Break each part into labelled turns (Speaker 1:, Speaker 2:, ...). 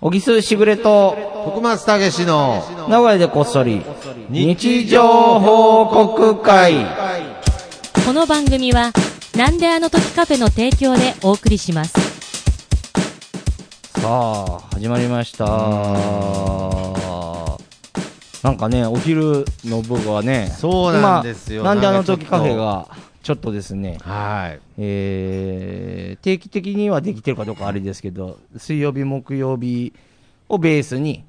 Speaker 1: 小木須しぐれと、
Speaker 2: 徳松たけしの
Speaker 1: 名古屋でこっそり、日常報告会。
Speaker 3: この番組は、なんであの時カフェの提供でお送りします。
Speaker 1: さあ、始まりました。なんかね、お昼の部はね、
Speaker 2: そうなんですよ
Speaker 1: 今なんであの
Speaker 2: なん
Speaker 1: 時カ
Speaker 2: かちょっと
Speaker 1: フェが、ちょっとですね、
Speaker 2: はい
Speaker 1: えー定期的にはできてるかどうかあれですけど、水曜日、木曜日をベースに、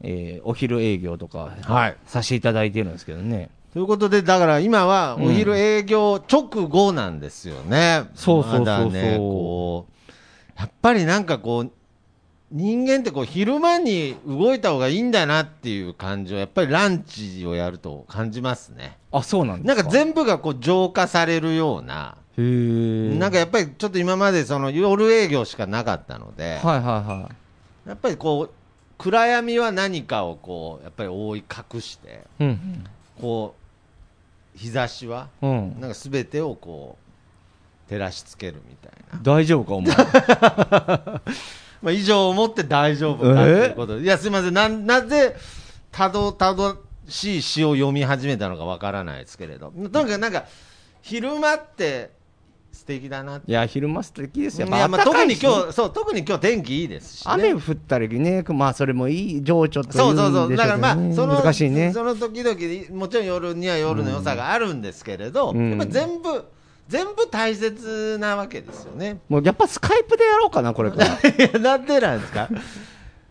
Speaker 1: えーお昼営業とか、
Speaker 2: はい
Speaker 1: させていただいてるんですけどね。
Speaker 2: ということでだから今はお昼営業直後なんですよね、
Speaker 1: そうそうそうそう
Speaker 2: まだねこうやっぱりなんかこう人間ってこう昼間に動いた方がいいんだなっていう感じをやっぱりランチをやると感じますね
Speaker 1: あ、そうなんで
Speaker 2: な
Speaker 1: すか
Speaker 2: んか全部がこう浄化されるような
Speaker 1: へー
Speaker 2: なんかやっぱりちょっと今までその夜営業しかなかったので、
Speaker 1: はいはいはい。
Speaker 2: やっぱりこう暗闇は何かをこうやっぱり覆い隠して
Speaker 1: うん。
Speaker 2: こう日差しは
Speaker 1: うん。
Speaker 2: なんか全てをこう照らしつけるみたいな、
Speaker 1: 大丈夫か、お前。
Speaker 2: まあ、以上をもって大丈夫かと
Speaker 1: え
Speaker 2: いうことで、いやすみませんなんなぜたどたどしい詩を読み始めたのかわからないですけれどとにかくなんか昼間って素敵だなって
Speaker 1: いや、昼間素敵ですよ。
Speaker 2: いやま
Speaker 1: 暖
Speaker 2: あ、
Speaker 1: か
Speaker 2: 特
Speaker 1: い
Speaker 2: に
Speaker 1: し
Speaker 2: 今日そう特に今日天気いいですし、ね、
Speaker 1: 雨降ったりね、まあ、それもいい情緒というんでしょ
Speaker 2: そうう
Speaker 1: けど
Speaker 2: そ
Speaker 1: ね
Speaker 2: うそう、だからまあ、その
Speaker 1: 難しいね。
Speaker 2: その時々に、もちろん夜には夜の良さがあるんですけれど、
Speaker 1: うん
Speaker 2: やっぱ全部、全部大切なわけですよね。
Speaker 1: もうやっぱスカイプでやろうかな、これから。
Speaker 2: いや、なんでなんですか、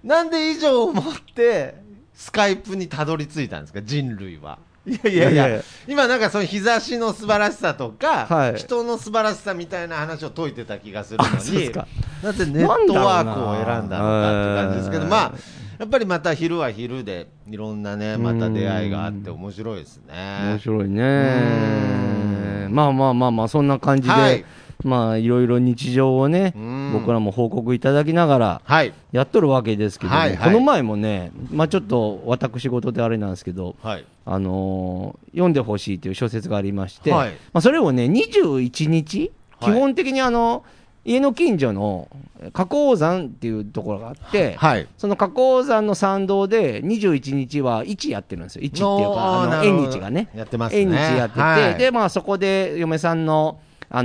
Speaker 2: なんで以上をもって、スカイプにたどり着いたんですか、人類は。いやいやいや、
Speaker 1: いやいや
Speaker 2: 今、なんかその日差しの素晴らしさとか、
Speaker 1: はい
Speaker 2: 人の素晴らしさみたいな話を解いてた気がするの
Speaker 1: あそうです
Speaker 2: に
Speaker 1: か、
Speaker 2: なぜネットワークを選んだのかって感じですけど、
Speaker 1: なんだろうな
Speaker 2: まあ、やっぱりまた昼は昼で、いろんなね、また出会いがあって、面白いです
Speaker 1: 面
Speaker 2: ね。
Speaker 1: 白いうね。まあまあまあまあ、そんな感じで、
Speaker 2: はい
Speaker 1: まあ、いろいろ日常をね
Speaker 2: うん、
Speaker 1: 僕らも報告いただきながら、
Speaker 2: はい、
Speaker 1: やっとるわけですけども、
Speaker 2: はいはい
Speaker 1: この前もね、まあちょっと私事であれなんですけど、
Speaker 2: はい、
Speaker 1: あのー読んでほしいという小説がありまして、
Speaker 2: はい
Speaker 1: まあ、それをね、21日、
Speaker 2: は
Speaker 1: 基
Speaker 2: い
Speaker 1: 本的にあの家の近所の花崗山っていうところがあって、
Speaker 2: はい、
Speaker 1: その花崗山の参道で21日は市やってるんですよ、市っていうか、
Speaker 2: おー
Speaker 1: あの
Speaker 2: なるほ
Speaker 1: 縁
Speaker 2: ど
Speaker 1: 日がね、
Speaker 2: やってますね。
Speaker 1: 縁日やってて、
Speaker 2: はい
Speaker 1: でまあ、そこで嫁さんの、あ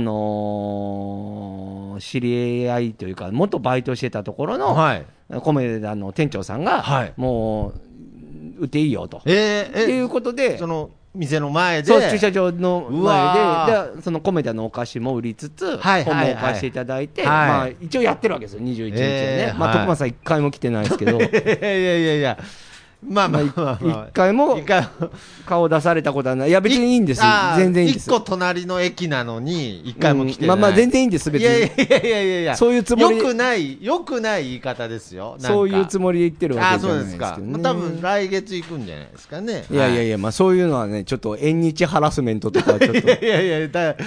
Speaker 1: のー知り合いというか、元バイトしてたところの、
Speaker 2: はい、
Speaker 1: 米田の店長さんが、
Speaker 2: はい
Speaker 1: もう、売っていいよと。
Speaker 2: えー、
Speaker 1: って
Speaker 2: え
Speaker 1: いうことで、
Speaker 2: その店の前で、
Speaker 1: そう駐車場の
Speaker 2: うわ
Speaker 1: 前で
Speaker 2: ー
Speaker 1: で、その米田のお菓子も売りつつ、
Speaker 2: はい
Speaker 1: 本
Speaker 2: は
Speaker 1: も
Speaker 2: いはい
Speaker 1: 置かせていただいて、
Speaker 2: はい
Speaker 1: まあ、一応やってるわけですよ、21日はね、
Speaker 2: えー
Speaker 1: まあ、
Speaker 2: はい
Speaker 1: 徳間さん、一回も来てないですけ ど、一
Speaker 2: いやいやいやいや、まあ まあまあ、まあ、
Speaker 1: 回も
Speaker 2: 一回、
Speaker 1: 顔出されたことはない、いや、別にいいんですよ
Speaker 2: あ、ー
Speaker 1: 全然いいんです
Speaker 2: 一個隣の駅なのに、一
Speaker 1: 一
Speaker 2: 回も来てない。
Speaker 1: まあまあ、全然いいんです、
Speaker 2: い
Speaker 1: 別
Speaker 2: やい
Speaker 1: に、
Speaker 2: やいやいやいや、
Speaker 1: そういうつもりで
Speaker 2: よくない、よくない言い方ですよ。
Speaker 1: そういうつ
Speaker 2: も
Speaker 1: もりで言ってるわ
Speaker 2: ああー、
Speaker 1: けじゃ
Speaker 2: そ
Speaker 1: ない
Speaker 2: うで
Speaker 1: ですす
Speaker 2: か。
Speaker 1: けど
Speaker 2: ま
Speaker 1: ね。
Speaker 2: あ、多分来月行くんじゃないですかね。
Speaker 1: いやいや
Speaker 2: はい
Speaker 1: や、まあ、そういうのはね、ちょっと縁日ハラスメントとか、ちょっと。
Speaker 2: い。いやいやいや、だから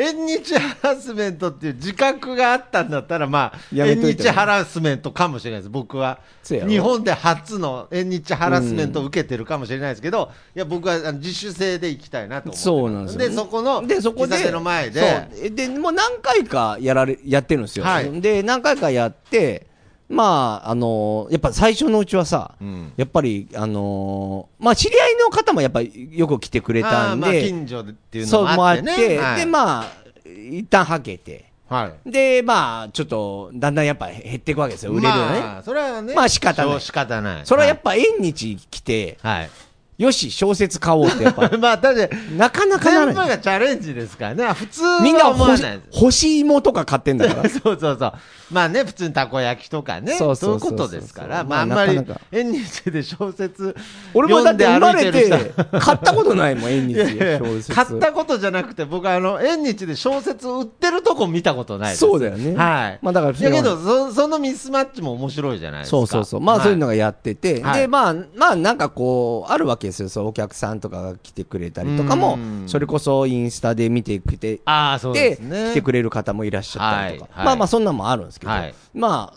Speaker 2: 縁日ハラスメントっていう自覚があったんだったら、まあ、
Speaker 1: やめ
Speaker 2: 縁
Speaker 1: といた
Speaker 2: 日
Speaker 1: ら
Speaker 2: ハラスメントかもしれないです、僕は。
Speaker 1: そうやろ
Speaker 2: 日本で初の縁日ハラスメントを受けてるかもしれないですけど、いや、僕はあの自主性で行きたいなと思って
Speaker 1: そうなんですよね、
Speaker 2: で、そこの、
Speaker 1: でそこで
Speaker 2: 喫茶店の前で、
Speaker 1: そうえでもう何回かやられやってるんですよ、
Speaker 2: はい
Speaker 1: で何回かやってまああのやっぱ最初のうちはさ、
Speaker 2: うん
Speaker 1: やっぱりあのまあ知り合いの方もやっぱりよく来てくれた
Speaker 2: あー
Speaker 1: ん
Speaker 2: まあ、
Speaker 1: で、
Speaker 2: 近所でっていう
Speaker 1: そ
Speaker 2: の
Speaker 1: う
Speaker 2: も
Speaker 1: も
Speaker 2: あ
Speaker 1: あ
Speaker 2: っ、
Speaker 1: ってて、
Speaker 2: ね。はい
Speaker 1: でまあ一旦はけて
Speaker 2: はい。
Speaker 1: でまあちょっとだんだんやっぱ減っていくわけですよ売れるのね、
Speaker 2: まあ、それはね、
Speaker 1: まあ仕方ない
Speaker 2: そう仕方ない。
Speaker 1: それはやっぱ縁日来て、
Speaker 2: はい。はい
Speaker 1: よし小説買おうってやっぱ
Speaker 2: まあ、だって、
Speaker 1: なかなかなら
Speaker 2: 全部
Speaker 1: ない
Speaker 2: がチャレンジですからね、普通
Speaker 1: みんな
Speaker 2: は思
Speaker 1: 欲
Speaker 2: わ
Speaker 1: し
Speaker 2: ないです。
Speaker 1: 欲しい芋とか買ってんだから
Speaker 2: そうそうそう。まあね、普通にたこ焼きとかね、
Speaker 1: そ
Speaker 2: そうう
Speaker 1: そうそうそう
Speaker 2: いうことですから、
Speaker 1: ま
Speaker 2: ま
Speaker 1: あ
Speaker 2: ああんまり
Speaker 1: なかなか
Speaker 2: 縁日で小説
Speaker 1: 俺もだって生まれて
Speaker 2: 読んで歩いる人
Speaker 1: 買ったことないもん縁日
Speaker 2: いやいやいや
Speaker 1: 小説
Speaker 2: 買ったことじゃなくて、僕、あの、縁日で小説売ってるとこ見たことないです。
Speaker 1: そうだよね
Speaker 2: はい。
Speaker 1: まあだから
Speaker 2: いやけど、そそのミスマッチも面白いじゃないですか。
Speaker 1: そうそうそうまあ
Speaker 2: は
Speaker 1: そういうのがやってて、
Speaker 2: はい
Speaker 1: でまあまあなんかこうあるわけですよそうお客さんとかが来てくれたりとかも
Speaker 2: うん
Speaker 1: それこそインスタで見てくれて
Speaker 2: ああ、そう
Speaker 1: で
Speaker 2: ですね。
Speaker 1: 来てくれる方もいらっしゃったりとか、
Speaker 2: はいはい
Speaker 1: まあまあそんなんもあるんですけど、
Speaker 2: はい
Speaker 1: ま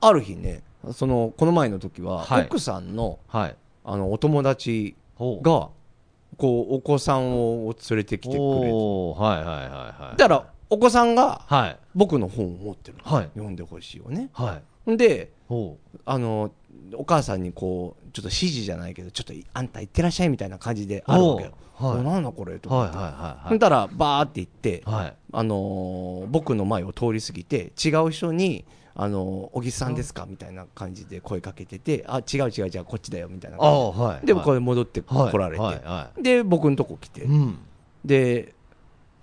Speaker 1: あある日ねそのこの前の時は、
Speaker 2: はい
Speaker 1: 奥さんの
Speaker 2: はい。
Speaker 1: あのお友達
Speaker 2: ほう
Speaker 1: がこうお子さんを連れてきてくれて
Speaker 2: おーはいはいはいはい。
Speaker 1: だからお子さんが
Speaker 2: はい。
Speaker 1: 僕の本を持ってる、
Speaker 2: はい
Speaker 1: 読んでほしいよね
Speaker 2: はい。
Speaker 1: で
Speaker 2: ほう。
Speaker 1: あのお母さんにこうちょっと指示じゃないけどちょっとあんた行ってらっしゃいみたいな感じであるわけよ、
Speaker 2: おうはい
Speaker 1: おなんだこれと
Speaker 2: はい
Speaker 1: 思っ
Speaker 2: は
Speaker 1: て、
Speaker 2: いはい
Speaker 1: だからバーって行って、
Speaker 2: はい。はい。
Speaker 1: あのー僕の前を通り過ぎて違う人に「あのー小木さんですか?」みたいな感じで声かけてて「あ違う違う違うこっちだよ」みたいな
Speaker 2: あ
Speaker 1: 感
Speaker 2: あ、は
Speaker 1: じ
Speaker 2: い。
Speaker 1: ででこ
Speaker 2: は
Speaker 1: れ戻ってこ
Speaker 2: はい
Speaker 1: 来られて、
Speaker 2: はいは
Speaker 1: で僕のとこ来て、
Speaker 2: い。うん。
Speaker 1: で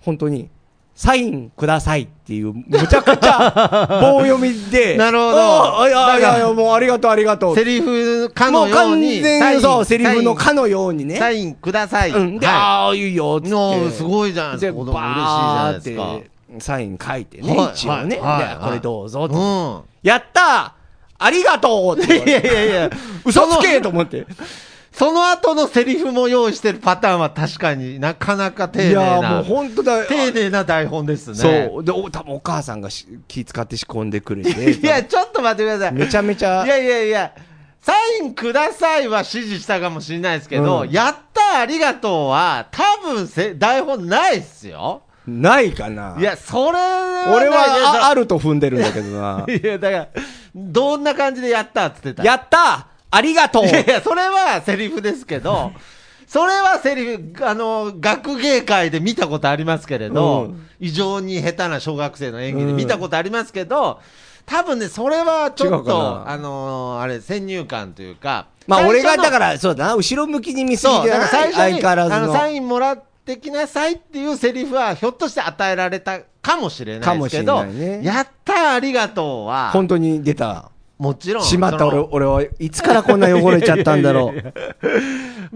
Speaker 1: 本当に「サインください」っていうむちゃくち ゃ棒読みで
Speaker 2: なるほど
Speaker 1: ああいやいやい
Speaker 2: なん
Speaker 1: やもうありがとうありがとう
Speaker 2: セリフか
Speaker 1: も
Speaker 2: の
Speaker 1: う
Speaker 2: よう
Speaker 1: 完
Speaker 2: に。
Speaker 1: 全にそうセリフの
Speaker 2: か
Speaker 1: かのようにね
Speaker 2: サインください。
Speaker 1: うん、で、
Speaker 2: は
Speaker 1: ああいいよっつ
Speaker 2: い。
Speaker 1: っ
Speaker 2: の
Speaker 1: て
Speaker 2: すごいじゃないです
Speaker 1: で
Speaker 2: か。子供嬉しいじゃないです
Speaker 1: バ
Speaker 2: か
Speaker 1: ーっ。てサイン書いてね、
Speaker 2: はい
Speaker 1: 一応ね、
Speaker 2: はい
Speaker 1: で
Speaker 2: はい
Speaker 1: これどうぞって、
Speaker 2: うん。
Speaker 1: やったーありがとうって言わ
Speaker 2: い
Speaker 1: れ
Speaker 2: やい
Speaker 1: て
Speaker 2: やいや、
Speaker 1: 嘘つけと思って
Speaker 2: その後のセリフも用意してるパターンは確かになかなか丁
Speaker 1: い
Speaker 2: 寧
Speaker 1: やーも
Speaker 2: な
Speaker 1: う。本当だよ
Speaker 2: 丁寧な台本ですね。
Speaker 1: そうでお多分お母さんがし気使って仕込んでくれて
Speaker 2: いや、ちょっと待ってください。
Speaker 1: めちゃめちゃ
Speaker 2: いやいやいや、サインくださいは指示したかもしれないですけど、
Speaker 1: うん
Speaker 2: やったありがとうは、多分せ台本ないっすよ。
Speaker 1: ないかない
Speaker 2: や、それ
Speaker 1: 俺
Speaker 2: ない
Speaker 1: はああ
Speaker 2: る。
Speaker 1: ると踏んでるんだけど な
Speaker 2: いや、だから、どんな感じでやったっつってた。
Speaker 1: やったーありがとう
Speaker 2: いやいや、それはセリフですけ ど、それはセリフ、あの、学芸会で見たことありますけれど、
Speaker 1: うん
Speaker 2: 異常に下手な小学生の演技で見たことありますけど、多分ね、それはちょ
Speaker 1: 違う
Speaker 2: っ
Speaker 1: か
Speaker 2: と、
Speaker 1: な
Speaker 2: あのあれ、先入観というか、
Speaker 1: まあ
Speaker 2: 最
Speaker 1: 俺
Speaker 2: 初の
Speaker 1: がだからそうだな後ろ向きに見すぎ
Speaker 2: そう、
Speaker 1: て
Speaker 2: だから最
Speaker 1: 相
Speaker 2: 初
Speaker 1: 変
Speaker 2: に
Speaker 1: わら
Speaker 2: あ
Speaker 1: ず
Speaker 2: の
Speaker 1: の
Speaker 2: サインもらってきなさいっていうセリフは、ひょっとして与えられたかもしれないですけど、
Speaker 1: かもしれないね
Speaker 2: やった、ありがとうは、
Speaker 1: 本当に出た
Speaker 2: もちろん、
Speaker 1: しまった
Speaker 2: その
Speaker 1: 俺俺はいつからこんな汚れちゃったんだろう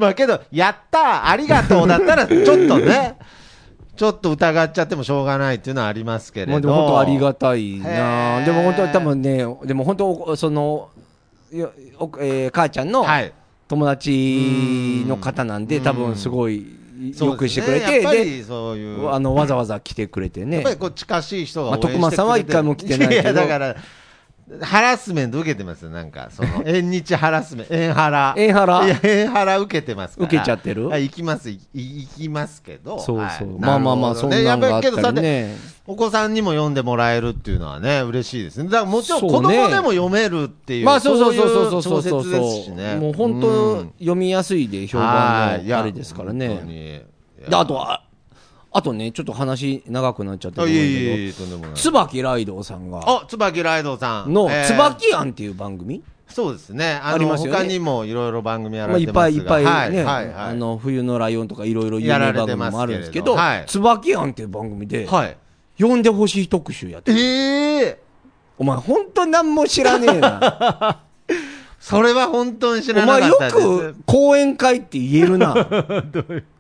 Speaker 2: まあけど、やったありがとうだったら、ちょっとね、 ちょっと疑っちゃってもしょうがないっていうのはありますけれ
Speaker 1: まあ、
Speaker 2: ど。
Speaker 1: でも本当ありがたい
Speaker 2: へ
Speaker 1: な
Speaker 2: ー
Speaker 1: でも本当多分ねでも本当そのいやおえー母ちゃんの
Speaker 2: はい。
Speaker 1: 友達の方なんで、
Speaker 2: うん
Speaker 1: 多分すごい
Speaker 2: そう
Speaker 1: よく
Speaker 2: ですね
Speaker 1: してくれ
Speaker 2: や
Speaker 1: て
Speaker 2: っぱ
Speaker 1: で,、
Speaker 2: りそういう。
Speaker 1: あのわざわざ来てくれて
Speaker 2: や
Speaker 1: ね
Speaker 2: っぱりこう近しい人が
Speaker 1: まあ
Speaker 2: 応援してくれてる、
Speaker 1: 徳間さんは一回も来てないけど
Speaker 2: いや、だから、ハラスメント受けてますよ、なんか、その、縁日ハラスメント、縁ハラ。
Speaker 1: 縁ハラ
Speaker 2: いや、縁ハラ受けてますから。
Speaker 1: 受けちゃってる
Speaker 2: はい、行きます、いい行きますけど。
Speaker 1: そうそう、
Speaker 2: はい
Speaker 1: まあまあまあ
Speaker 2: な
Speaker 1: そ
Speaker 2: るほ
Speaker 1: ん
Speaker 2: どね
Speaker 1: なんがあった
Speaker 2: や
Speaker 1: り
Speaker 2: ぱけどさて
Speaker 1: ね
Speaker 2: お子さんにも読んでもらえるっていうのはね、嬉しいですね。だからもちろん
Speaker 1: そ
Speaker 2: 子
Speaker 1: う
Speaker 2: 供
Speaker 1: ね
Speaker 2: でも読めるっていう。
Speaker 1: まあそうそうそうそうそう
Speaker 2: い
Speaker 1: そうそ
Speaker 2: 小説で
Speaker 1: う
Speaker 2: すしね。
Speaker 1: もう本
Speaker 2: ん
Speaker 1: 当読みやすいで評判
Speaker 2: はいい
Speaker 1: の
Speaker 2: や
Speaker 1: あれですから
Speaker 2: 本当に
Speaker 1: ね
Speaker 2: いや
Speaker 1: であとはあとねちょっと話長くなっちゃって
Speaker 2: あ
Speaker 1: る
Speaker 2: い
Speaker 1: ん
Speaker 2: え
Speaker 1: だ
Speaker 2: いえい
Speaker 1: け
Speaker 2: え、とんでもない
Speaker 1: ど。椿ライドウさんが
Speaker 2: あ、椿ライドさん。
Speaker 1: の「
Speaker 2: えー
Speaker 1: 椿庵」っていう番組、
Speaker 2: そうですね。あの
Speaker 1: ありますよね
Speaker 2: 他にもいろいろ番組や
Speaker 1: ま
Speaker 2: ら
Speaker 1: あ、
Speaker 2: れ
Speaker 1: い
Speaker 2: て
Speaker 1: っ
Speaker 2: ま
Speaker 1: ぱ
Speaker 2: す
Speaker 1: いいっ
Speaker 2: が、
Speaker 1: ぱいね、
Speaker 2: はいはいはい、
Speaker 1: あの冬のライオンとかいろいろ有
Speaker 2: やら
Speaker 1: 名
Speaker 2: れ
Speaker 1: 番
Speaker 2: て
Speaker 1: 組
Speaker 2: ますけれど
Speaker 1: もあるんですけど
Speaker 2: はい
Speaker 1: 椿庵っていう番組で、
Speaker 2: はい。
Speaker 1: 呼んでほしい特集やってる
Speaker 2: ええ
Speaker 1: お前本当何も知らねえな
Speaker 2: それは本当に知ら
Speaker 1: お
Speaker 2: な
Speaker 1: 前
Speaker 2: かっ
Speaker 1: よ
Speaker 2: たです。
Speaker 1: く講演会って言えるな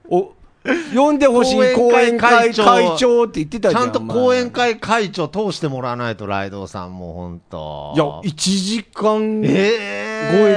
Speaker 1: お呼んでほしい
Speaker 2: 講
Speaker 1: 講
Speaker 2: 演
Speaker 1: 演
Speaker 2: 会
Speaker 1: 会
Speaker 2: 会長
Speaker 1: 会長って言ってた
Speaker 2: ち
Speaker 1: じゃん
Speaker 2: ゃんと
Speaker 1: お前
Speaker 2: 講演会会長通してもらわないと、ライドさんも本当。
Speaker 1: いや1時間超
Speaker 2: ええ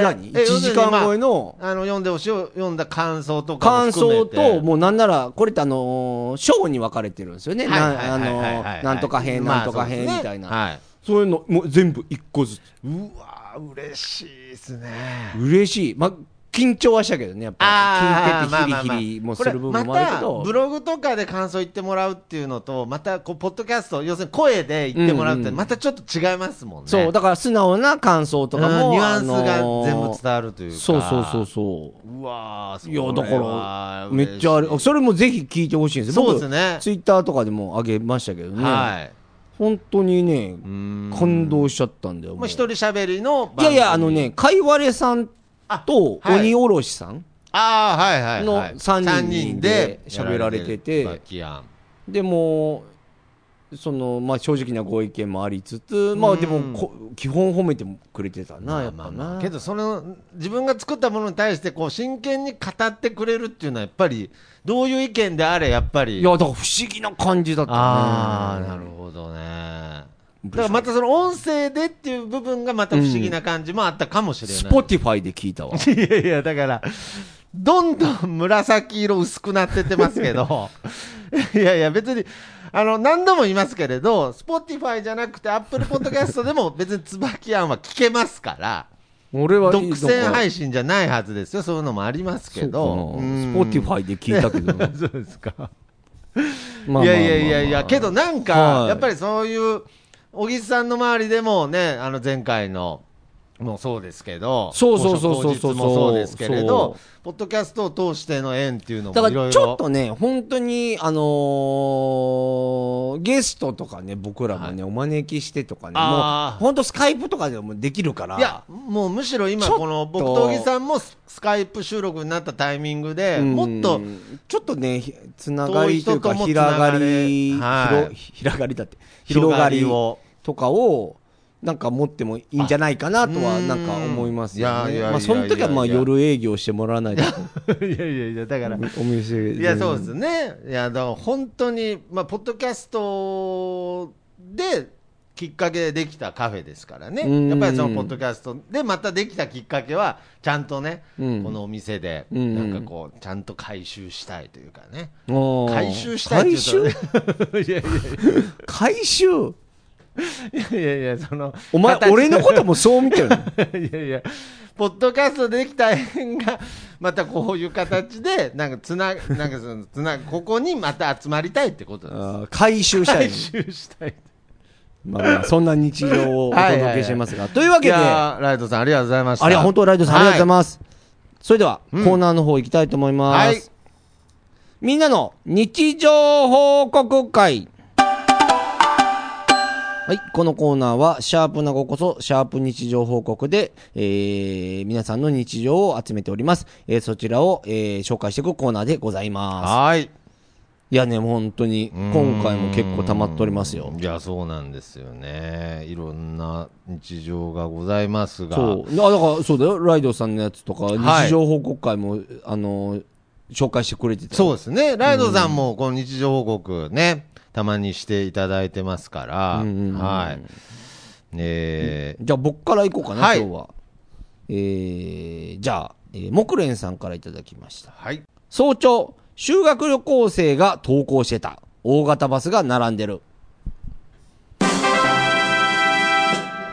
Speaker 1: え何、
Speaker 2: え
Speaker 1: ?1 時間超えの
Speaker 2: あの読んでほしいを読んだ感想とかも
Speaker 1: 感
Speaker 2: 含め
Speaker 1: 想
Speaker 2: て
Speaker 1: と、もうなんなら、これってあのー、章に分かれてるんですよね。
Speaker 2: はい
Speaker 1: な
Speaker 2: はい
Speaker 1: あ
Speaker 2: はい
Speaker 1: の
Speaker 2: はいはい
Speaker 1: ー、なんとか編、
Speaker 2: まあ
Speaker 1: なんとか編み
Speaker 2: そうですね
Speaker 1: たいな。
Speaker 2: はい、
Speaker 1: そういうの、もう全部一個ずつ。
Speaker 2: うわー嬉しいですね
Speaker 1: 嬉しい。まあ、緊張はしたけどね、やっぱ
Speaker 2: ー
Speaker 1: り。聞い
Speaker 2: ま
Speaker 1: て
Speaker 2: あ
Speaker 1: てヒ
Speaker 2: まあまあ
Speaker 1: リヒリもする部分もあるけ
Speaker 2: これまた
Speaker 1: ど
Speaker 2: ブ。ログとかで感想言ってもらうっていうのとまたこうポッドキャスト要するに声で言ってもらうっ
Speaker 1: うん
Speaker 2: て
Speaker 1: うん
Speaker 2: またちょっと違いますもんね、
Speaker 1: そう、だから素直な感想とか
Speaker 2: う
Speaker 1: も。
Speaker 2: んニュアンス
Speaker 1: あ
Speaker 2: が
Speaker 1: のー
Speaker 2: 全部伝わるというか
Speaker 1: そうそうそうそう
Speaker 2: うわー
Speaker 1: う。いや、だ
Speaker 2: それは
Speaker 1: から、めっちゃあれ
Speaker 2: 嬉、しい
Speaker 1: それもぜひ聞いてほしいんですよ。
Speaker 2: そうですね
Speaker 1: 僕ツイッターとかでもあげましたけどね。
Speaker 2: はい
Speaker 1: 本当にね、
Speaker 2: うん
Speaker 1: 感動しちゃったんだよ。も
Speaker 2: まあ
Speaker 1: う
Speaker 2: 一人喋りの番
Speaker 1: い
Speaker 2: 組
Speaker 1: やいや、あのね、かいわれさんと
Speaker 2: あはい
Speaker 1: 鬼おろしさん、
Speaker 2: ああはいはい、はい、
Speaker 1: の三人
Speaker 2: 三
Speaker 1: で
Speaker 2: や
Speaker 1: 喋られてて
Speaker 2: バキアン
Speaker 1: でもその、まあ、正直なご意見もありつつ、ま
Speaker 2: う
Speaker 1: あ、
Speaker 2: ん
Speaker 1: でもこ基本褒めてくれてたな、やっぱな。
Speaker 2: けどその自分が作ったものに対してこう真剣に語ってくれるっていうのはやっぱりどういう意見であれやっぱり
Speaker 1: いや、だから不思議な感じだったね。
Speaker 2: ああなるほどねだからまたその音声でっていう部分がまた不思議な感じもあったかもしれない、
Speaker 1: スポティファイで聞いたわ。
Speaker 2: いやいや、だから、どんどん紫色薄くなってってますけ ど、いやいや、別に、あの、何度も言いますけれど、Spotify じゃなくて Apple Podcast でも別に椿庵は聞けますから、
Speaker 1: 俺は
Speaker 2: 独占配
Speaker 1: 信
Speaker 2: 信じゃないはずですよ。そういうのもありますけ
Speaker 1: け
Speaker 2: ど
Speaker 1: ど、。スポティフ ァ
Speaker 2: ァイ
Speaker 1: イで聞いたけど、
Speaker 2: そうですか。
Speaker 1: まあまあまあまあ
Speaker 2: いやいやいやいや、けどなん
Speaker 1: は
Speaker 2: か、
Speaker 1: い
Speaker 2: やっぱりそういう、小木さんの周りでもね、あの前回の、もうそうですけど、
Speaker 1: そうそうそうそうそう
Speaker 2: 当日もそうですけれ
Speaker 1: そ
Speaker 2: ど、ポッドキャストを通しての縁っていうのも
Speaker 1: だか
Speaker 2: いろ
Speaker 1: ら
Speaker 2: いろ
Speaker 1: ちょっとね、本当に、あのーゲストとかね、僕らもね、お招きしてとかね、も
Speaker 2: あ
Speaker 1: う、
Speaker 2: ー
Speaker 1: 本当スカイプとかでもできるから、
Speaker 2: いや、もうむしろ今、
Speaker 1: ちょっと
Speaker 2: この僕と小木さんもススカイプ収録になったタイミングで、
Speaker 1: うん
Speaker 2: もっと、、
Speaker 1: ちょっとね、ひつながりというか、
Speaker 2: 遠い人とも
Speaker 1: ひらがり、
Speaker 2: つながれ
Speaker 1: ひろひらがりだって、
Speaker 2: 広がり
Speaker 1: 広
Speaker 2: を
Speaker 1: とかを、なんか持ってもいいんじゃないかなとは、
Speaker 2: あうん
Speaker 1: なんか思いますよ
Speaker 2: いやいやい
Speaker 1: ね。
Speaker 2: や
Speaker 1: まあ、その時は、まあ、
Speaker 2: いやいや
Speaker 1: 夜営業してもらわないと、
Speaker 2: いやいやいや、だから、
Speaker 1: お店で
Speaker 2: いや、そうですね。いや、だから本当に、まあ、ポッドキャストで、きっかけでできたカフェですから
Speaker 1: うん
Speaker 2: ね。やっぱりそのポッドキャストで、またできたきっかけは、ちゃんとね、
Speaker 1: うん
Speaker 2: このお店で、
Speaker 1: うん
Speaker 2: なんかこう、ちゃんと回収したいというかね。
Speaker 1: おー。
Speaker 2: 回収したいって言う
Speaker 1: 回収
Speaker 2: と、ね、いやい
Speaker 1: 回収
Speaker 2: や いやいや、その、
Speaker 1: お前、
Speaker 2: 形
Speaker 1: 俺のこともそう見てるの
Speaker 2: いやいや、ポッドキャストでできた縁が、またこういう形で、なんかつな、なんかその、つな、ここにまた集まりたいってことです。
Speaker 1: あー回収したい
Speaker 2: 回
Speaker 1: の。
Speaker 2: 収したい。
Speaker 1: まあまあ、そんな日常をお届けしてますが。というわけで、
Speaker 2: い
Speaker 1: あ
Speaker 2: やーライトさんありがとうございました。
Speaker 1: れは本当ライドさんありがとうござい
Speaker 2: は
Speaker 1: ます。それでは、
Speaker 2: うん
Speaker 1: コーナーの方行きたいと思います。
Speaker 2: はい
Speaker 1: みんなの日常報告会。はい。このコーナーは、シャープなごこそ、シャープ日常報告で、えー、皆さんの日常を集めております。えー、そちらを、えー、紹介していくコーナーでございます。
Speaker 2: はい。はい。
Speaker 1: いやね、本当に、今回も結構溜まっておりますよ
Speaker 2: うーん。いや、そうなんですよね。いろんな日常がございますが。
Speaker 1: そう。あだから、そうだよ。ライドさんのやつとか、
Speaker 2: はい
Speaker 1: 日常報告会も、あの、紹介してくれてた。
Speaker 2: そうですね。ライドさんも、この日常報告ね、たまにしていただいてますから。
Speaker 1: うんうんうん
Speaker 2: はい。えー
Speaker 1: じゃあ、僕から行こうかな、
Speaker 2: はい
Speaker 1: 今日は。えー、じゃあ、えー、木蓮さんからいただきました。
Speaker 2: はい。
Speaker 1: 早朝、修学旅行生が登校してた。大型バスが並んでる。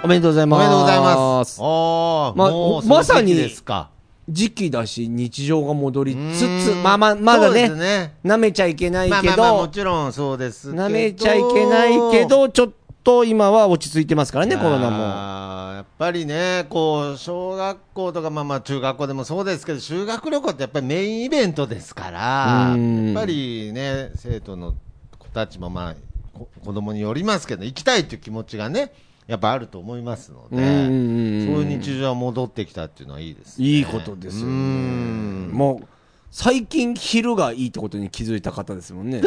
Speaker 1: おめでとうござい
Speaker 2: お
Speaker 1: ます。
Speaker 2: めでとうございます。。ああ、
Speaker 1: ま
Speaker 2: もう
Speaker 1: まさに
Speaker 2: その時期ですか。
Speaker 1: 時期だし、日常が戻りつつ
Speaker 2: う、ーん
Speaker 1: まあまあ、まだ
Speaker 2: そうです
Speaker 1: ね、
Speaker 2: ね。
Speaker 1: 舐めちゃいけない
Speaker 2: まあ
Speaker 1: け
Speaker 2: まあまあ、も
Speaker 1: ど、
Speaker 2: ちろんそうですけど。
Speaker 1: 舐めちゃいけないけど、ちょっと今は落ち着いてますからね、コロナも。
Speaker 2: も。やっぱりね、こう、小学校とか、まあまあ、中学校でもそうですけど、修学旅行ってやっぱりメインイベントですから、
Speaker 1: うん
Speaker 2: やっぱりね、生徒の子たちも、まあ、こ子供によりますけど、行きたいという気持ちがね、やっぱあると思いますので、
Speaker 1: う
Speaker 2: そうんいう日常が戻ってきたっていうのはいいですね。
Speaker 1: いいことですよね
Speaker 2: うん
Speaker 1: もう、最近昼がいいってことに気づいた方ですもん ね。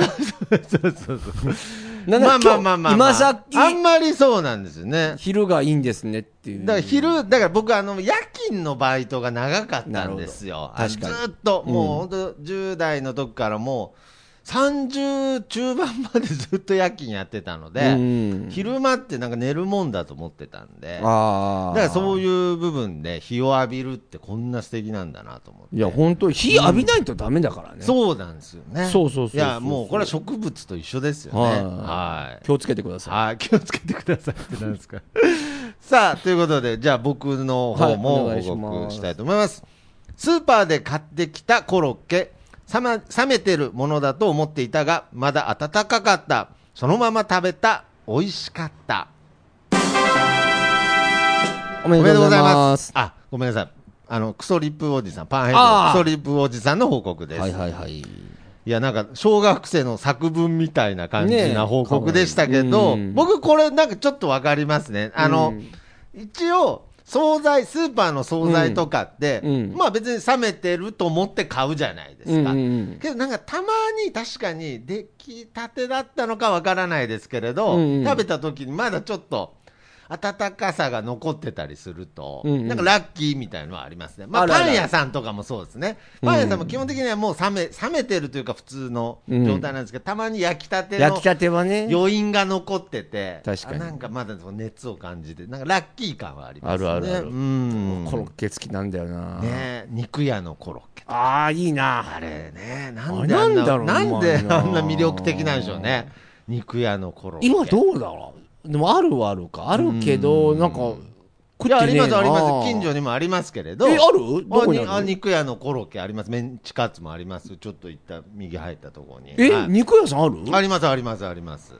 Speaker 1: なん
Speaker 2: まあ
Speaker 1: だ
Speaker 2: ま
Speaker 1: 今日
Speaker 2: あまあまあ、まあ、
Speaker 1: 今さっき、
Speaker 2: あんまりそうなんですよね。
Speaker 1: 昼がいいんですねっていう。
Speaker 2: だから昼、だから僕、あの、夜勤のバイトが長かったんですよ。
Speaker 1: なるほど
Speaker 2: あの
Speaker 1: 確か
Speaker 2: ずっと、
Speaker 1: うん
Speaker 2: もう本当、10代の時からもう、30中盤までずっと夜勤やってたの
Speaker 1: う
Speaker 2: で、
Speaker 1: ん
Speaker 2: 昼間ってなんか寝るもんだと思ってたんで、だか
Speaker 1: ああ。
Speaker 2: らそういう部分で日を浴びるってこんな素敵なんだなと思って。
Speaker 1: いや、本当日浴びないとダメだからね。
Speaker 2: そうなんですよね。
Speaker 1: そうそうそうそう
Speaker 2: いや、もうこれは植物と一緒ですよね。
Speaker 1: はい
Speaker 2: はい。
Speaker 1: 気をつけてください。
Speaker 2: はい、気をつけてくださいってなんですか。 さあ、ということで、じゃあ僕の方も
Speaker 1: はいお願いします
Speaker 2: 報告したいと思います。スーパーで買ってきたコロッケ、冷,、ま、冷めてるものだと思っていたが、まだ温かかった。そのまま食べた。美味しかった。
Speaker 1: お
Speaker 2: お
Speaker 1: め
Speaker 2: め
Speaker 1: で
Speaker 2: で
Speaker 1: と
Speaker 2: と
Speaker 1: うござ
Speaker 2: うござ
Speaker 1: い
Speaker 2: い
Speaker 1: ま
Speaker 2: ますす。。あ、ごめんなさい。あの、クソリップおじさん、パンヘッ
Speaker 1: あ
Speaker 2: ド
Speaker 1: ー
Speaker 2: クソリップおじさんの報告です。
Speaker 1: はいはいはい。
Speaker 2: いや、なんか、小学生の作文みたいな感
Speaker 1: ねえ
Speaker 2: じな報告でしたけど、
Speaker 1: うん
Speaker 2: 僕これなんかちょっとわかりますね。あの、
Speaker 1: うん
Speaker 2: 一応、惣菜、スーパーの惣菜とかって、
Speaker 1: うんうん
Speaker 2: まあ別に冷めてると思って買うじゃないですか。
Speaker 1: うんうんうん
Speaker 2: けどなんかたまに確かに出来たてだったのかわからないですけれど、
Speaker 1: うんうん
Speaker 2: 食べた時にまだちょっと温かさが残ってたりすると、
Speaker 1: うんうん
Speaker 2: なんかラッキーみたいのはありますね。まあ
Speaker 1: あらら
Speaker 2: パン屋さんとかもそうですね。パン屋さんも基本的にはもう冷め、冷めてるというか普通の状態なんですけど、たまに焼きたて
Speaker 1: 焼
Speaker 2: の
Speaker 1: きたてはね。
Speaker 2: 余韻が残ってて、
Speaker 1: 確かに
Speaker 2: あなんかまだその熱を感じて、なんかラッキー感はありますね。
Speaker 1: あるあるある
Speaker 2: うん。
Speaker 1: コロッケ好きなんだよな。
Speaker 2: ね肉屋のコロッケ。
Speaker 1: ああ、いいな。
Speaker 2: あれね、なんであん
Speaker 1: なんだ
Speaker 2: な、
Speaker 1: ろう
Speaker 2: なんで
Speaker 1: うまいな
Speaker 2: あんな魅力的なんでしょうね。肉屋のコロッケ。
Speaker 1: 今どうだろうでもあるはあるか。あるけど、なんか、食
Speaker 2: い
Speaker 1: って
Speaker 2: や、あ
Speaker 1: ね
Speaker 2: り
Speaker 1: えな
Speaker 2: ます、あります。近所にもありますけれど。
Speaker 1: えあるどこにある
Speaker 2: あ肉屋のコロッケあります。メンチカツもあります。ちょっと行った、右入ったところに。
Speaker 1: え、
Speaker 2: はい
Speaker 1: 肉屋さんある
Speaker 2: あります、あります、あります。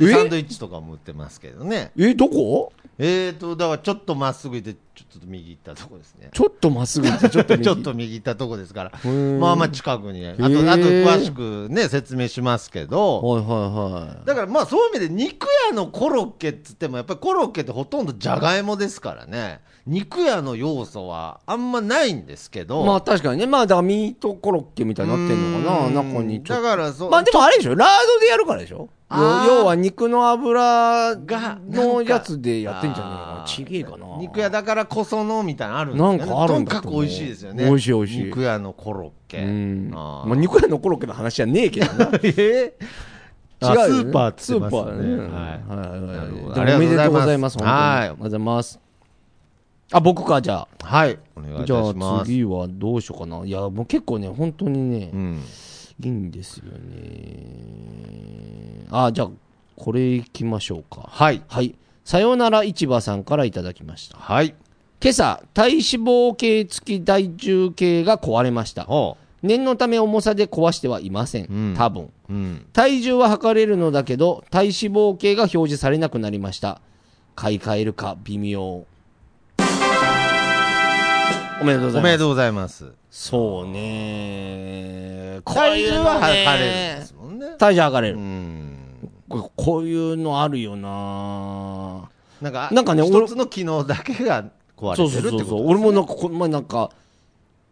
Speaker 1: え
Speaker 2: で、サンドイッチとかも売ってますけどね。
Speaker 1: えどこ
Speaker 2: えーと、だからちょっとまっすぐ行って、ちょっと右行ったとこですね。
Speaker 1: ちょっとまっすぐ行ってちょっと右
Speaker 2: ちょっと右行ったとこですから
Speaker 1: ー。
Speaker 2: まあまあ近くにね。あと、あと
Speaker 1: ー
Speaker 2: 詳しくね、説明しますけど。
Speaker 1: はいはいはい
Speaker 2: だからまあそういう意味で肉屋のコロッケっつってもやっぱりコロッケってほとんどじゃがいもですからね肉屋の要素はあんまないんですけど
Speaker 1: まあ確かにねまあだからミートコロッケみたいになってんのかな
Speaker 2: うん
Speaker 1: 中にちょっ
Speaker 2: だ
Speaker 1: と
Speaker 2: からそう
Speaker 1: まあでもあれでしょラードでやるからでしょ要
Speaker 2: あー
Speaker 1: は肉の油
Speaker 2: が
Speaker 1: のやつでやってんじゃねえか
Speaker 2: あ
Speaker 1: な
Speaker 2: ー
Speaker 1: ちげえかな
Speaker 2: 肉屋だからこそのみたいなのあるんです
Speaker 1: なん
Speaker 2: よね
Speaker 1: かあるんだ
Speaker 2: とにかく美味しいですよね
Speaker 1: 美味しい美味しい
Speaker 2: 肉屋のコロッケ
Speaker 1: うん
Speaker 2: あ
Speaker 1: まあ肉屋のコロッケの話じゃね えけど な
Speaker 2: え
Speaker 1: 違う
Speaker 2: あ
Speaker 1: よ
Speaker 2: ス
Speaker 1: ね
Speaker 2: ーパーっつ
Speaker 1: ス
Speaker 2: って
Speaker 1: ー
Speaker 2: ま
Speaker 1: パーだ
Speaker 2: すよね
Speaker 1: ね
Speaker 2: はい
Speaker 1: はいはい
Speaker 2: な
Speaker 1: は
Speaker 2: る
Speaker 1: い
Speaker 2: ほど
Speaker 1: でも
Speaker 2: ありが
Speaker 1: おめで
Speaker 2: とうござ
Speaker 1: と
Speaker 2: いうます
Speaker 1: ございます本当にありがとうござ
Speaker 2: はい
Speaker 1: いますあ僕かじゃあ
Speaker 2: はいお願いい
Speaker 1: じゃ
Speaker 2: たしま
Speaker 1: あ
Speaker 2: す
Speaker 1: 次はどうしようかないやもう結構ね本当にね
Speaker 2: うん
Speaker 1: いいんですよねあじゃあこれいきましょうか
Speaker 2: はい
Speaker 1: はいさよなら市場さんからいただきました
Speaker 2: はい
Speaker 1: 今朝体脂肪計付き体重計が壊れました
Speaker 2: ほ
Speaker 1: 念のため重さで壊してはいません、
Speaker 2: うん
Speaker 1: 多分
Speaker 2: ううん
Speaker 1: 体重は測れるのだけど体脂肪計が表示されなくなりました買い替えるか微妙おめでとうござ
Speaker 2: お
Speaker 1: いま
Speaker 2: めですとうございます
Speaker 1: そうねこう
Speaker 2: 体
Speaker 1: いう
Speaker 2: 重
Speaker 1: のね
Speaker 2: は測れるんですもんね
Speaker 1: 体重測れ
Speaker 2: う
Speaker 1: る、
Speaker 2: ん
Speaker 1: これこういうのあるよな
Speaker 2: なんか
Speaker 1: なんかね俺
Speaker 2: 一つの機能だけが壊
Speaker 1: そう
Speaker 2: れ
Speaker 1: そ
Speaker 2: て
Speaker 1: う
Speaker 2: るって
Speaker 1: そ
Speaker 2: こ
Speaker 1: うそ
Speaker 2: と
Speaker 1: う俺もなんかこの前なんか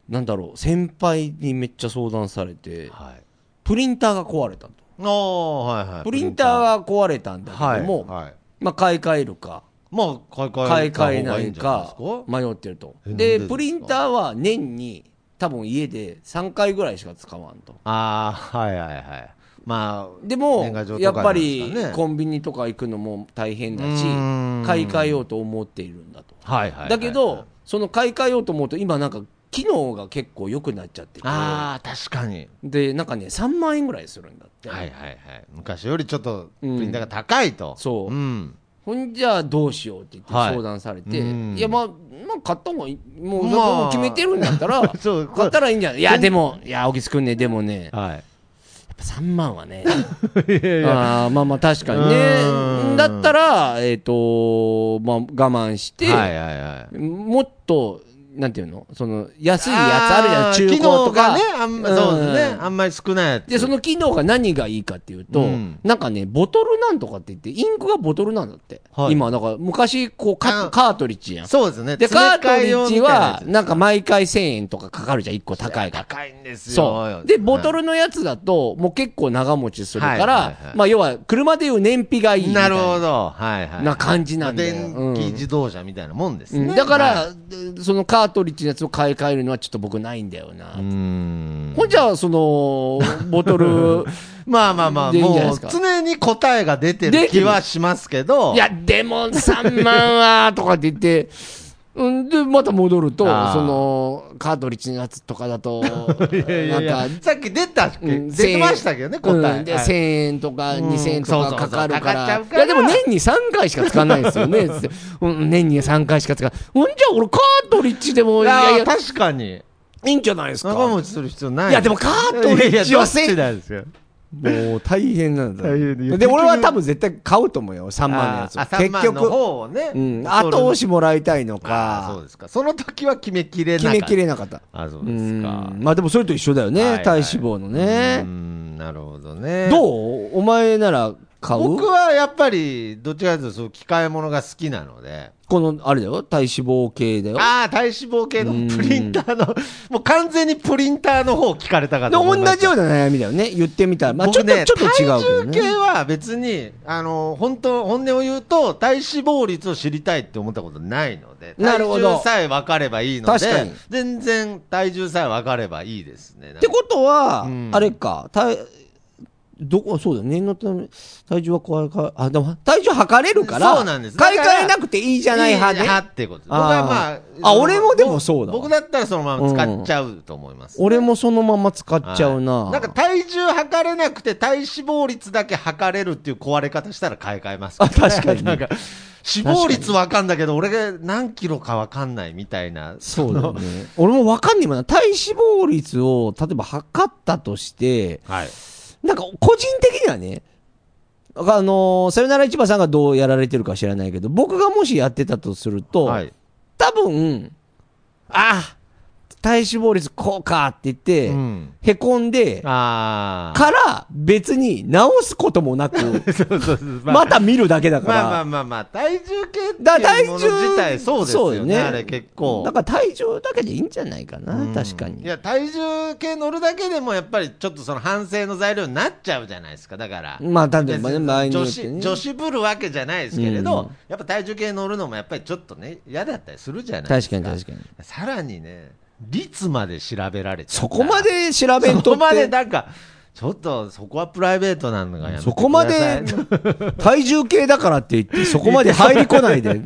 Speaker 1: なんだろう先輩にめっちゃ相談されて
Speaker 2: はい
Speaker 1: プリンターが壊れたと
Speaker 2: おーはいはい
Speaker 1: プリンターが壊れたんだ
Speaker 2: は
Speaker 1: け
Speaker 2: い
Speaker 1: ども、
Speaker 2: はい
Speaker 1: まあ、買い替えるか
Speaker 2: まあ買い替
Speaker 1: 買い
Speaker 2: えた方が
Speaker 1: 替えない
Speaker 2: んじゃ
Speaker 1: か
Speaker 2: です
Speaker 1: 迷ってると
Speaker 2: えなん
Speaker 1: で
Speaker 2: でですか
Speaker 1: プリンターは年に多分家で3回ぐらいしか使わんと
Speaker 2: ああはいはいはいまあ
Speaker 1: でも
Speaker 2: 年賀状とか
Speaker 1: やっぱり
Speaker 2: なんですかね
Speaker 1: コンビニとか行くのも大変だし
Speaker 2: うーん
Speaker 1: 買い替えようと思っているんだと
Speaker 2: はいはいはいはい
Speaker 1: だけどその買い替えようと思うと今なんか機能が結構良くなっちゃってて
Speaker 2: ああ確かに
Speaker 1: でなんかね3万円ぐらいするんだって、
Speaker 2: はいはいはい昔よりちょっとプ
Speaker 1: うん
Speaker 2: リンターが高いと、
Speaker 1: そう
Speaker 2: うん
Speaker 1: ほんじゃあどうしようって言って
Speaker 2: はい
Speaker 1: 相談されて、
Speaker 2: うん
Speaker 1: い、やまあまあ買った方がいいもう,、
Speaker 2: まあ
Speaker 1: もう決めてるんだったら
Speaker 2: そう
Speaker 1: 買ったらいいんじゃないいやでもいや青木くんねでもねやっ
Speaker 2: はい
Speaker 1: ぱ3万は ね
Speaker 2: いやいや
Speaker 1: あーまあまあ確かに
Speaker 2: う
Speaker 1: ね
Speaker 2: ん
Speaker 1: だったらえっ、とまあ我慢して、
Speaker 2: はいはいはい
Speaker 1: もっとなんていうのその安いやつあるじゃん中古とか
Speaker 2: 機能がねあんまそうですね、
Speaker 1: ん
Speaker 2: あんまり少ないやつ
Speaker 1: で、その機能が何がいいかっていうと、
Speaker 2: うん
Speaker 1: なんかね、ボトルなんとかって言って、インクがボトルなんだって。
Speaker 2: はい
Speaker 1: 今、だから昔、こうカ、
Speaker 2: あ
Speaker 1: カートリッジやん。
Speaker 2: そうですね
Speaker 1: で、カ
Speaker 2: 詰め
Speaker 1: ート
Speaker 2: 替
Speaker 1: リ
Speaker 2: え用
Speaker 1: ッジ
Speaker 2: みたいなや
Speaker 1: は
Speaker 2: つ、
Speaker 1: なんか毎回1000円とかかかるじゃん、1個高いから。
Speaker 2: 高いんですよ
Speaker 1: そう。で、ボ
Speaker 2: ル
Speaker 1: トルのやつだと、もう結構長持ちするから、
Speaker 2: はいはいはい
Speaker 1: まあ、要は、車でいう燃費がいいみた
Speaker 2: ないる
Speaker 1: な。
Speaker 2: ほど。はいはい。
Speaker 1: な感じなんだよ
Speaker 2: まあ電気自動車みたいなもんです
Speaker 1: う
Speaker 2: ね。
Speaker 1: んだから、
Speaker 2: はい、
Speaker 1: そのカートリッジのやつを買い替えるのはちょっと僕ないんだよな。
Speaker 2: うーん。
Speaker 1: ほんじゃあ、その、ボト ル、
Speaker 2: まあまあまあ、
Speaker 1: でいいんじゃない
Speaker 2: も
Speaker 1: で
Speaker 2: う
Speaker 1: すか
Speaker 2: 常に答えが出て
Speaker 1: で
Speaker 2: る
Speaker 1: きる
Speaker 2: 気はしますけど。
Speaker 1: いや、でも3万は、とかって言って、うん、で、また戻ると、そ
Speaker 2: あー
Speaker 1: の、カートリッジのやつとかだと、
Speaker 2: いやいやいや
Speaker 1: なんか、
Speaker 2: さっき出たっけ、
Speaker 1: うん
Speaker 2: 出てましたけどね、答え。
Speaker 1: うんで、
Speaker 2: はい
Speaker 1: 1000円とか
Speaker 2: うん
Speaker 1: 2000円とかかかるか。
Speaker 2: そうそうそうかからっちゃう
Speaker 1: い
Speaker 2: から
Speaker 1: や、でも年に3回しか使わないですよ ね。つってうん、年に3回しか使わない。ほんじゃ俺カートリッジでも、い
Speaker 2: いや
Speaker 1: やいや
Speaker 2: いや、、確かに。
Speaker 1: いいんじゃないですか。
Speaker 2: 長
Speaker 1: も
Speaker 2: 持ちする必要ない。
Speaker 1: いやでもカートリッジはせ
Speaker 2: いやいやどっちなんですよ。
Speaker 1: う大変なんだ
Speaker 2: 大変でいや
Speaker 1: で、
Speaker 2: 結局
Speaker 1: 俺は多分絶対買うと思うよ。3万のやつを。
Speaker 2: あ3
Speaker 1: 結
Speaker 2: 万の
Speaker 1: 局、
Speaker 2: 方をね。
Speaker 1: うん、後押しもらいたいの
Speaker 2: あーそう
Speaker 1: か、
Speaker 2: ですか。その時は決めきれな
Speaker 1: 決
Speaker 2: かった。
Speaker 1: めきれなかった。
Speaker 2: あ、そうですか
Speaker 1: う。んまあでもそれと一緒だよね、
Speaker 2: はいはい
Speaker 1: 体脂肪の
Speaker 2: うー
Speaker 1: ね、
Speaker 2: ん、なるほどね。
Speaker 1: どうお前なら買う
Speaker 2: 僕はやっぱり、どっちかというと、そう、機械物が好きなので、
Speaker 1: このあれだよ体脂肪系だよ
Speaker 2: ああ、体脂肪系のプリンターの、もう完全にプリンターの方を聞かれたか
Speaker 1: で
Speaker 2: と思
Speaker 1: 同
Speaker 2: いました
Speaker 1: じような悩みだよね言ってみたら、まあ、ちょっ
Speaker 2: 僕
Speaker 1: と、
Speaker 2: ね、
Speaker 1: ちょっと違うけ
Speaker 2: 体
Speaker 1: ど
Speaker 2: 重計
Speaker 1: ね
Speaker 2: は別に、あの、本当、本音を言うと、体脂肪率を知りたいって思ったことないので、
Speaker 1: なるほど
Speaker 2: 体重さえ分かればいいの
Speaker 1: 確か
Speaker 2: で
Speaker 1: に、
Speaker 2: 全然体重さえ分かればいいですね。
Speaker 1: ってことは、
Speaker 2: うん
Speaker 1: あれか体どこ、そうだよ。念のため、体重は怖いか、あ、でも、体重測れるから、
Speaker 2: そうなんです
Speaker 1: 買い
Speaker 2: だから
Speaker 1: 替えなくていいじゃない派
Speaker 2: いい
Speaker 1: ね。
Speaker 2: 派ってことです。
Speaker 1: あー
Speaker 2: 僕はまあ、
Speaker 1: あ
Speaker 2: その
Speaker 1: 俺もでもそうだわ
Speaker 2: 僕だったらそのまま使っちゃうと思います。
Speaker 1: 俺もそのまま使っちゃうな。
Speaker 2: はいなんか体重測れなくて体脂肪率だけ測れるっていう壊れ方したら買い替えますけどね、
Speaker 1: あ確かに
Speaker 2: なんか脂肪率わかんだけど俺が何キロかわかんないみたいな
Speaker 1: そうだよね。俺もわかんねえもんな。体脂肪率を、例えば測ったとして、
Speaker 2: はい
Speaker 1: なんか個人的にはね、あのー、さよなら市場さんがどうやられてるか知らないけど、僕がもしやってたとすると、
Speaker 2: はい
Speaker 1: 多分、あ体脂肪率こうかって言って、
Speaker 2: うん
Speaker 1: へこんで、
Speaker 2: ああ
Speaker 1: から別に直すこともなく、
Speaker 2: そうそうそう まあ
Speaker 1: また見るだけだから。
Speaker 2: まあまあまあまあ体重計って
Speaker 1: だから
Speaker 2: い
Speaker 1: 体重
Speaker 2: うもの自体そうですよねあれ結構
Speaker 1: だから体重だけでいいんじゃないかな、
Speaker 2: うん
Speaker 1: 確かに
Speaker 2: いや体重計乗るだけでもやっぱりちょっとその反省の材料になっちゃうじゃないですかだから
Speaker 1: まあだって
Speaker 2: 別に
Speaker 1: まあね場合によ
Speaker 2: 女
Speaker 1: ってね
Speaker 2: 子女子ぶるわけじゃないですけれど、
Speaker 1: うん
Speaker 2: やっぱ体重計乗るのもやっぱりちょっとね嫌だったりするじゃないです
Speaker 1: 確
Speaker 2: か
Speaker 1: かに確かに
Speaker 2: さらにね率まで調べられちゃった
Speaker 1: そこまで調べん
Speaker 2: そ
Speaker 1: と
Speaker 2: こ
Speaker 1: っ
Speaker 2: まで
Speaker 1: て
Speaker 2: なんかちょっとそこはプライベートなのがやめて
Speaker 1: そこま
Speaker 2: ください
Speaker 1: で体重計だからって言ってそこまで入りこないで
Speaker 2: いやい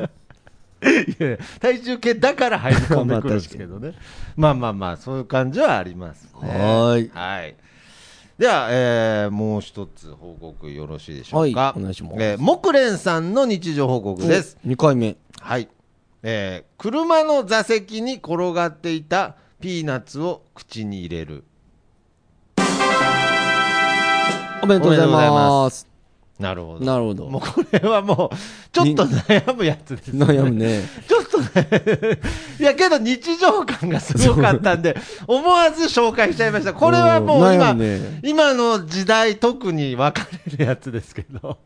Speaker 2: や体重計だから入り込んでくるんですけどねまあまあまあそういう感じはありますね
Speaker 1: はーい
Speaker 2: はいでは、えーもう一つ報告よろしいでしょうか、
Speaker 1: はいお願いします
Speaker 2: えー木蓮さんの日常報告 です、
Speaker 1: 2回目
Speaker 2: はいえー車の座席に転がっていたピーナッツを口に入れる
Speaker 1: おめでとうございます
Speaker 2: なるほど
Speaker 1: なるほど
Speaker 2: もうこれはもうちょっと悩むやつですね
Speaker 1: 悩むね
Speaker 2: ちょっとね、いやけど日常感がすごかったんで、思わず紹介しちゃいました。これはもう今、
Speaker 1: うん悩むね
Speaker 2: 今の時代特に分かれるやつですけど、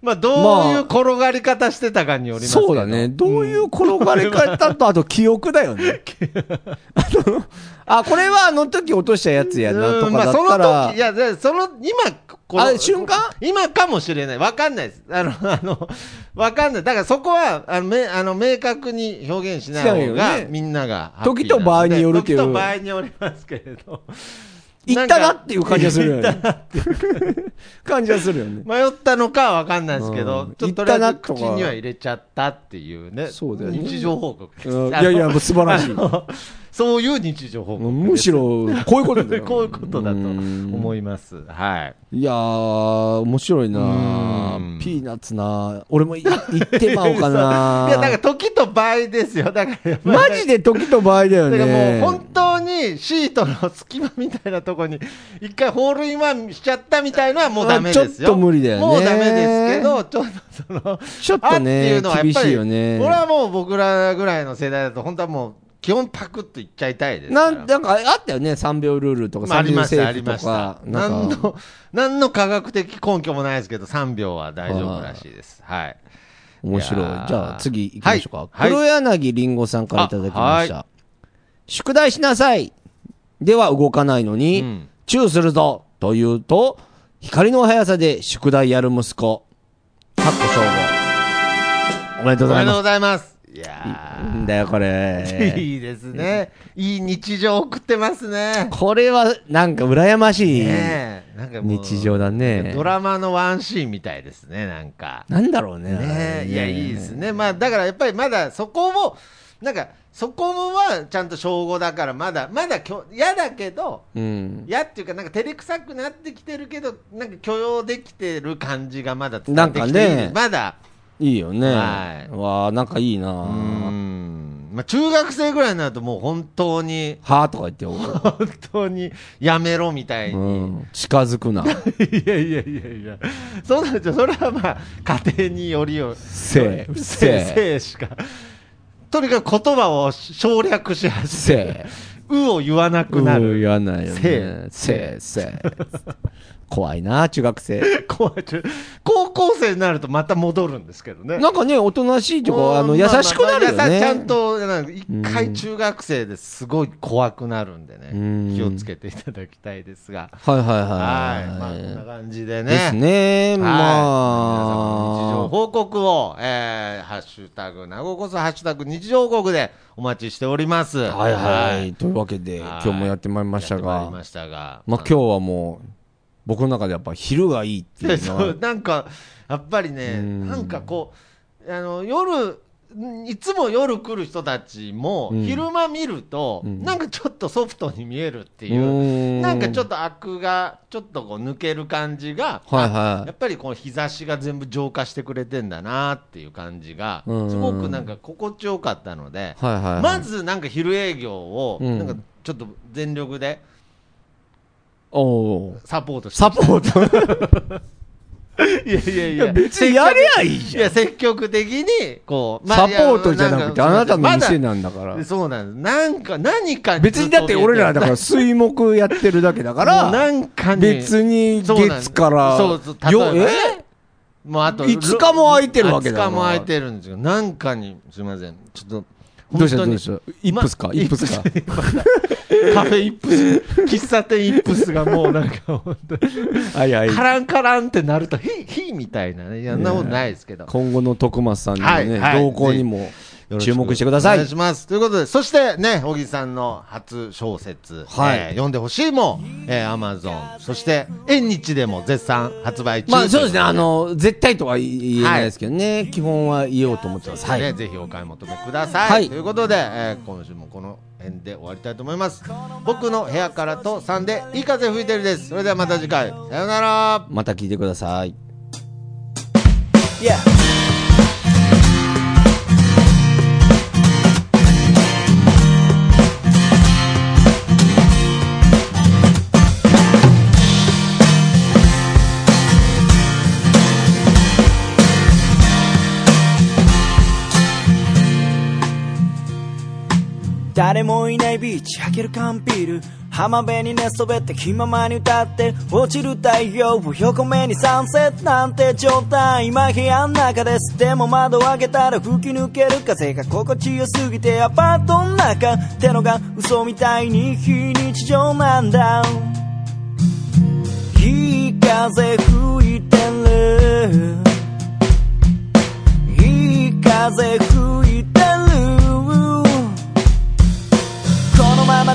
Speaker 2: まあどういう転がり方してたかによりますけど、
Speaker 1: そうだねどういう転がり方とあと記憶だよね あのあこれはあの時落としたやつやなと
Speaker 2: うん
Speaker 1: かだ
Speaker 2: まあ
Speaker 1: っ
Speaker 2: そ
Speaker 1: た
Speaker 2: の
Speaker 1: ら
Speaker 2: 時、いや、でその、今、この
Speaker 1: あ瞬間
Speaker 2: 今かもしれない。わかんないです。あの、 あの、わかんない。だからそこは、あの、めあの明確に表現しない
Speaker 1: そう
Speaker 2: 方
Speaker 1: よ
Speaker 2: が、
Speaker 1: ね
Speaker 2: みんながハッピ
Speaker 1: 時
Speaker 2: ーなので
Speaker 1: と場合によるけど
Speaker 2: 時と場合によりますけれど。
Speaker 1: 行ったなっていう感じがするよね感じがするよね
Speaker 2: 迷ったのかは分かんないですけ
Speaker 1: う
Speaker 2: ど、
Speaker 1: ん
Speaker 2: ちょっととりあえ
Speaker 1: 行った
Speaker 2: ず
Speaker 1: なとか
Speaker 2: 口には入れちゃったっていうね、
Speaker 1: そうだよね
Speaker 2: 日常報告です。
Speaker 1: うんいやいや
Speaker 2: あの
Speaker 1: もう素晴らしい
Speaker 2: あのそういう日常報告です
Speaker 1: むしろ、こういうことだよ。
Speaker 2: こういうことだと
Speaker 1: うん
Speaker 2: 思います。はい。
Speaker 1: いやー、面白いな
Speaker 2: うん
Speaker 1: ーピーナッツなー俺もい行ってまおうかなー
Speaker 2: いや、だから時と場合ですよ。だからやっぱり、
Speaker 1: マジで時と場合だよ
Speaker 2: だからも
Speaker 1: ね。
Speaker 2: う本当にシートの隙間みたいなとこに一回ホールインワンしちゃったみたいのはもうダメですよ。
Speaker 1: あちょっと無理だよね
Speaker 2: もうダメですけど、ちょっとその、
Speaker 1: ちょっ
Speaker 2: あ
Speaker 1: と
Speaker 2: ってい
Speaker 1: ね
Speaker 2: うのは、やっ
Speaker 1: 厳
Speaker 2: ぱ
Speaker 1: しい
Speaker 2: り、
Speaker 1: よね。
Speaker 2: これはもう僕らぐらいの世代だと、本当はもう、基本パクッといっちゃいたいです
Speaker 1: な
Speaker 2: から。
Speaker 1: ん、なんかあったよね、3秒ルールとか、
Speaker 2: まあ、あ
Speaker 1: 3
Speaker 2: り
Speaker 1: 秒
Speaker 2: まし
Speaker 1: セ
Speaker 2: た、あ
Speaker 1: ー
Speaker 2: り
Speaker 1: フ
Speaker 2: ま
Speaker 1: と
Speaker 2: した
Speaker 1: か。。
Speaker 2: 何
Speaker 1: なんか、
Speaker 2: の、何の科学的根拠もないですけど、3秒は大丈夫らしいです。はい。
Speaker 1: 面白い。
Speaker 2: いやー
Speaker 1: じゃあ次行きましょうか。
Speaker 2: はい
Speaker 1: 黒柳りんごさんからいただきまし
Speaker 2: あ
Speaker 1: た。宿題しなさいでは動かないのに、
Speaker 2: うん
Speaker 1: チューするぞというと、光の速さで宿題やる息子。かっこ正午。おめでと
Speaker 2: お
Speaker 1: うござい
Speaker 2: めでと
Speaker 1: ま
Speaker 2: うございます。い
Speaker 1: す。いい
Speaker 2: や
Speaker 1: んだよ、こ
Speaker 2: ー
Speaker 1: れ。
Speaker 2: いいですね。いい日常送ってますね。
Speaker 1: これは、なんか羨ましい
Speaker 2: ねえなんかもう
Speaker 1: 日常だね
Speaker 2: ド。ラマのワンシーンみたいですね、なんか。
Speaker 1: なんだろうね。あ
Speaker 2: ね
Speaker 1: れ
Speaker 2: え、いや、いいですね。まあ、だからやっぱりまだそこも、なんか、そこはちゃんと称号だから、まだ、まだきょ嫌だけど、
Speaker 1: うん。
Speaker 2: 嫌っていうか、なんか照れくさくなってきてるけど、なんか許容できてる感じがまだ伝わってきてい
Speaker 1: なん
Speaker 2: い
Speaker 1: かね
Speaker 2: まだ、
Speaker 1: いいよね。
Speaker 2: はい
Speaker 1: わあなんかいいう
Speaker 2: ー、
Speaker 1: なん
Speaker 2: まあ、中学生ぐらいになると、もう本当に、
Speaker 1: はーとか言ってよ。
Speaker 2: 本当にやめろみたいに。
Speaker 1: うん。近づく な。
Speaker 2: いやいやいやいや、そうなんですよ、それはまあ、家庭によりよ、
Speaker 1: せえ
Speaker 2: せ
Speaker 1: せえ
Speaker 2: せえしか、とにかく言葉を省略し始め
Speaker 1: せ
Speaker 2: て、うを言わなくな
Speaker 1: うん
Speaker 2: る、
Speaker 1: 言わないよ
Speaker 2: せ
Speaker 1: ね。せえ、 せえ。怖いな、中学生。
Speaker 2: 怖いちょ高校生になるとまた戻るんですけどね。
Speaker 1: なんかね、おとなしいとか、あ
Speaker 2: う
Speaker 1: の、
Speaker 2: ん
Speaker 1: 優
Speaker 2: まあまあ
Speaker 1: しくなるよ
Speaker 2: まあ優
Speaker 1: ね。
Speaker 2: しちゃんと、なんか一
Speaker 1: う
Speaker 2: 回
Speaker 1: ん
Speaker 2: 中学生ですごい怖くなるんで
Speaker 1: うん
Speaker 2: ね、気をつけていただきたいですが、
Speaker 1: はいはいはい。
Speaker 2: はい、まあ、こんな感じでね。
Speaker 1: ですね。ま
Speaker 2: はい皆様の日常
Speaker 1: あ。
Speaker 2: 報告を、えー、ハッシュタグ、なごこそ、ハッシュタグ、日常報告でお待ちしております。
Speaker 1: はいはい。
Speaker 2: やって
Speaker 1: というわけで、
Speaker 2: は
Speaker 1: 今
Speaker 2: い
Speaker 1: 日もやってまいり
Speaker 2: ま
Speaker 1: ました
Speaker 2: いり
Speaker 1: が、ま
Speaker 2: ま
Speaker 1: あ
Speaker 2: したが。
Speaker 1: 今日はもう、僕の中でやっぱ昼がいいって
Speaker 2: で
Speaker 1: いうの
Speaker 2: そ
Speaker 1: は
Speaker 2: う。なんかやっぱりね
Speaker 1: うん
Speaker 2: なんかこうあの夜んいつも夜来る人たちも、
Speaker 1: うん
Speaker 2: 昼間見ると、
Speaker 1: うん
Speaker 2: なんかちょっとソフトに見えるっていう、
Speaker 1: う
Speaker 2: なんかちょっ
Speaker 1: と。
Speaker 2: とアクがちょっとこう抜ける感じが、
Speaker 1: はい
Speaker 2: や
Speaker 1: は
Speaker 2: っぱりこの日差しが全部浄化してくれてんだなっていう感じがす
Speaker 1: うん
Speaker 2: ごくなんか心地よかったので
Speaker 1: い。はいはいはい。
Speaker 2: まずなんか昼営業を
Speaker 1: うん
Speaker 2: なんかちょっと全力で
Speaker 1: おー
Speaker 2: サポートして
Speaker 1: サポート。
Speaker 2: いやいやい
Speaker 1: いや、別にやりゃいい
Speaker 2: い
Speaker 1: じゃん
Speaker 2: や。積極的にこう、
Speaker 1: サポートじゃなくて、あなたの店
Speaker 2: な
Speaker 1: なんだから
Speaker 2: ら。そうなんですなんか何か
Speaker 1: 別にだって俺らだからら 水木やってるだけだか
Speaker 2: な
Speaker 1: ら、
Speaker 2: んかに
Speaker 1: 別に
Speaker 2: そうなんです
Speaker 1: 月から、
Speaker 2: そうそう例えば
Speaker 1: よ
Speaker 2: ね
Speaker 1: え
Speaker 2: もうあと
Speaker 1: いつかも空いてるわけだ
Speaker 2: 5日も空いてるんですよなんかにすみませんちょっと
Speaker 1: どうした
Speaker 2: 本当
Speaker 1: ど
Speaker 2: に
Speaker 1: うしたイップスかイップスか
Speaker 2: イップス カフェイップス喫茶店イップスがもうなんか本当に
Speaker 1: はいはい。
Speaker 2: カランカランってなるとヒーヒーみたいなねいやそんなことないですけど
Speaker 1: 今後の徳松さんの
Speaker 2: はいは
Speaker 1: ね、
Speaker 2: い
Speaker 1: 動向にも
Speaker 2: よろく
Speaker 1: 注目してくださ
Speaker 2: お願
Speaker 1: い
Speaker 2: いし。ます。ということで、そしてね、小木さんの初小説、
Speaker 1: はい
Speaker 2: えー読んでほしいも、えー、Amazon、そして、縁日でも絶賛発売中。
Speaker 1: まあそうですね、
Speaker 2: とい
Speaker 1: あの、絶対とは言えないですけどね、基本は言おうと思ってま
Speaker 2: うこ
Speaker 1: す。
Speaker 2: と
Speaker 1: は
Speaker 2: でね、
Speaker 1: い。
Speaker 2: ぜひお買い求めください。
Speaker 1: はい
Speaker 2: ということで、えー今週もこの辺で終わりたいと思います。僕の部屋からと3で、いい風吹いてるです。それではまた次回、さようなら。
Speaker 1: また聞いてください。
Speaker 4: 誰もいないビーチ開ける缶ビール浜辺に寝そべって気ままに歌って落ちる太陽を横目にサンセットなんて状態今部屋の中ですでも窓を開けたら吹き抜ける風が心地よすぎてアパートの中ってのが嘘みたいに非日常なんだいい風吹いてるいい風吹いてるこのまま